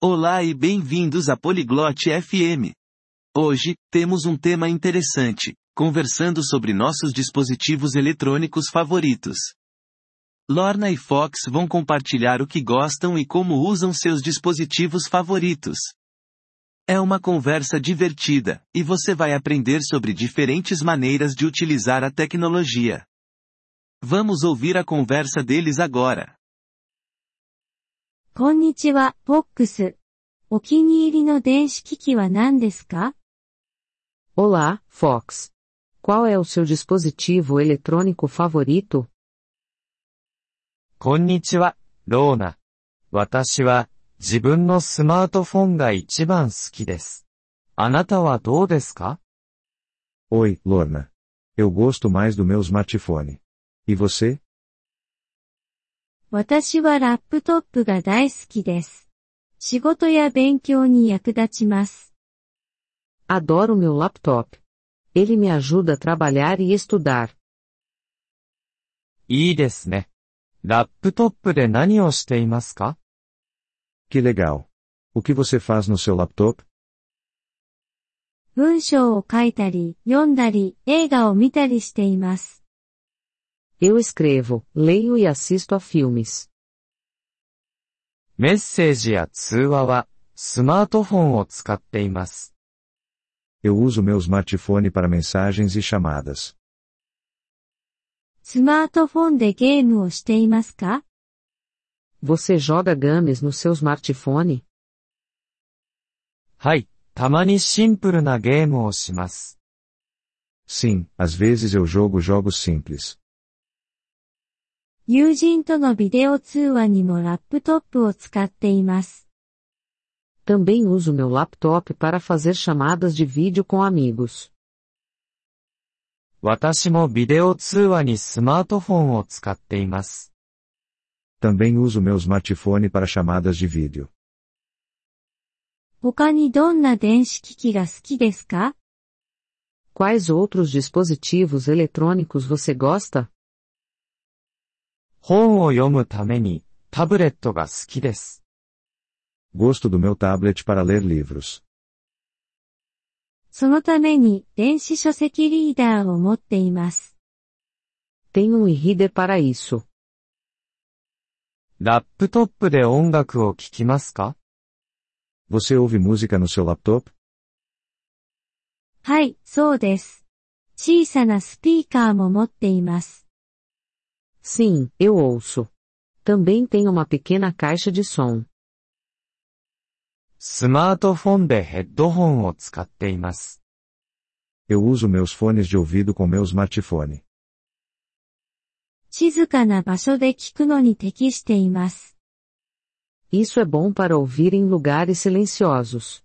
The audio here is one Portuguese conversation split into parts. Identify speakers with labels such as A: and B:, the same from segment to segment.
A: Olá e bem-vindos a Poliglote FM. Hoje, temos um tema interessante, conversando sobre nossos dispositivos eletrônicos favoritos. Lorna e Fox vão compartilhar o que gostam e como usam seus dispositivos favoritos. É uma conversa divertida, e você vai aprender sobre diferentes maneiras de utilizar a tecnologia. Vamos ouvir a conversa deles agora.
B: こんにちは、ポックス。お気に入りの電子機器は何ですか
C: Olá, Fox. Qual é o seu dispositivo eletrônico favorito?
D: こんにちは、ローナ。私は、自分のスマートフォンが一番好きです。あなたはどうですか
E: Oi, Lorna. Eu gosto mais do meu smartphone. E você?
B: 私はラップトップが大好きです。仕事や勉強に役立ちます。
C: Adoro meu laptop. Ele me ajuda a trabalhar e estudar.
D: いいですね。ラップトップで何をしていますか
E: Que legal. O que você faz no seu laptop?
B: 文章を書いたり、読んだり、映画を見たりしています。
C: Eu escrevo, leio e assisto a filmes.
D: メッセージや通話は、スマートフォンを使っています。
E: Eu uso meu smartphone para mensagens e chamadas.
B: スマートフォンでゲームをしていますか
C: Você joga games no seu smartphone?
D: はい、たまにシンプルなゲームをします。
E: Sim, às vezes eu jogo jogos simples.
B: 友人とのビデオ通話にもラップトップを使っています。
C: Também uso meu laptop para fazer chamadas de vídeo com amigos.
D: 私もビデオ通話にスマートフォンを使っています。
E: Também uso meu smartphone para chamadas de vídeo.
B: 他にどんな電子機器が好きですか
C: Quais outros dispositivos eletrônicos você gosta?
D: 本を読むために、タブレットが好きです。
E: Gosto do meu tablet para ler livros.
B: そのために電子書籍リーダーを持っています。
C: Tenho um e-reader para isso.
D: ラップトップで音楽を聴きますか
E: Você ouve música no seu laptop?
B: はい、そうです。小さなスピーカーも持っています。
C: Sim, eu ouço. Também tenho uma pequena caixa de som.
D: スマートフォンでヘッドホンを使っています。
E: Eu uso meus fones de ouvido com meu smartphone.
B: 静かな場所で聞くのに適しています。
C: Isso é bom para ouvir em lugares silenciosos.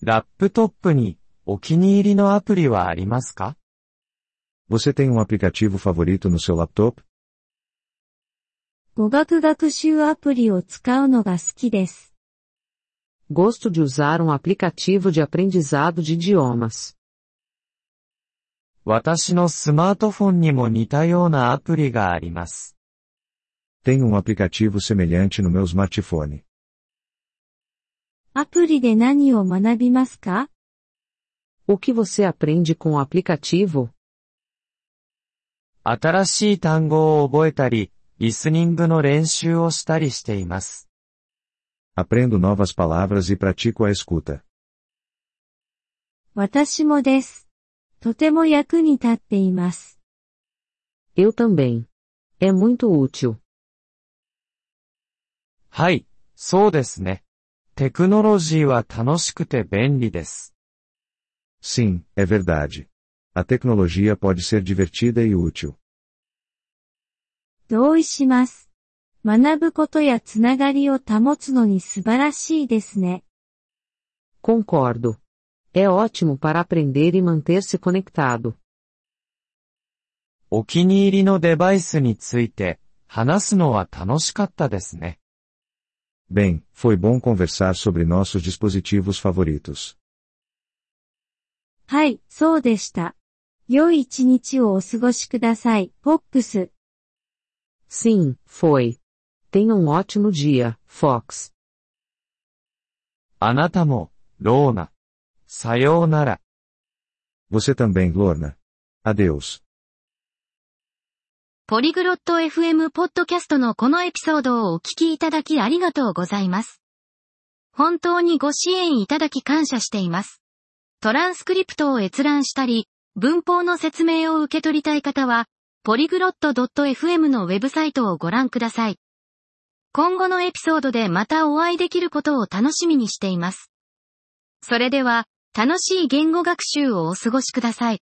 D: ラップトップにお気に入りのアプリはありますか
E: Você tem um aplicativo favorito no seu laptop?
B: 語学学習アプリを使うのが好きです。
C: Gosto de usar um aplicativo de aprendizado de idiomas.
D: 私のスマートフォンにも似たようなアプリがあります。
E: Tenho um aplicativo semelhante no meu smartphone.
B: アプリで何を学びますか
C: O que você aprende com o aplicativo?
D: 新しい単語を覚えたり、リスニングの練習をしたりしています。
E: Aprendo novas palavras e pratico a escuta.
B: 私もです。とても役に立っています。
C: Eu também. É muito útil.
D: はい、そうですね。テクノロジーは楽しくて便利です。
E: Sim, é verdade. A tecnologia pode ser divertida e útil.
B: 同意します。学ぶことやつながりを保つのに素晴らしいですね。
C: Concordo. É ótimo para aprender e manter-se conectado.
D: お気に入りのデバイスについて、話すのは楽しかったですね。
E: Bem, foi bom conversar sobre nossos dispositivos favoritos.
B: はい、そうでした。良い一日をお過ごしください、ポックス。
C: Sim, foi. Tenha um ótimo dia, Fox.
D: あなたも、ローナ。さようなら。
E: Você também, Lorna. Adeus.
F: ポリグロット FM ポッドキャストのこのエピソードをお聞きいただきありがとうございます。本当にご支援いただき感謝しています。トランスクリプトを閲覧したり、文法の説明を受け取りたい方は、ポリグロット .fm のウェブサイトをご覧ください。今後のエピソードでまたお会いできることを楽しみにしています。それでは、楽しい言語学習をお過ごしください。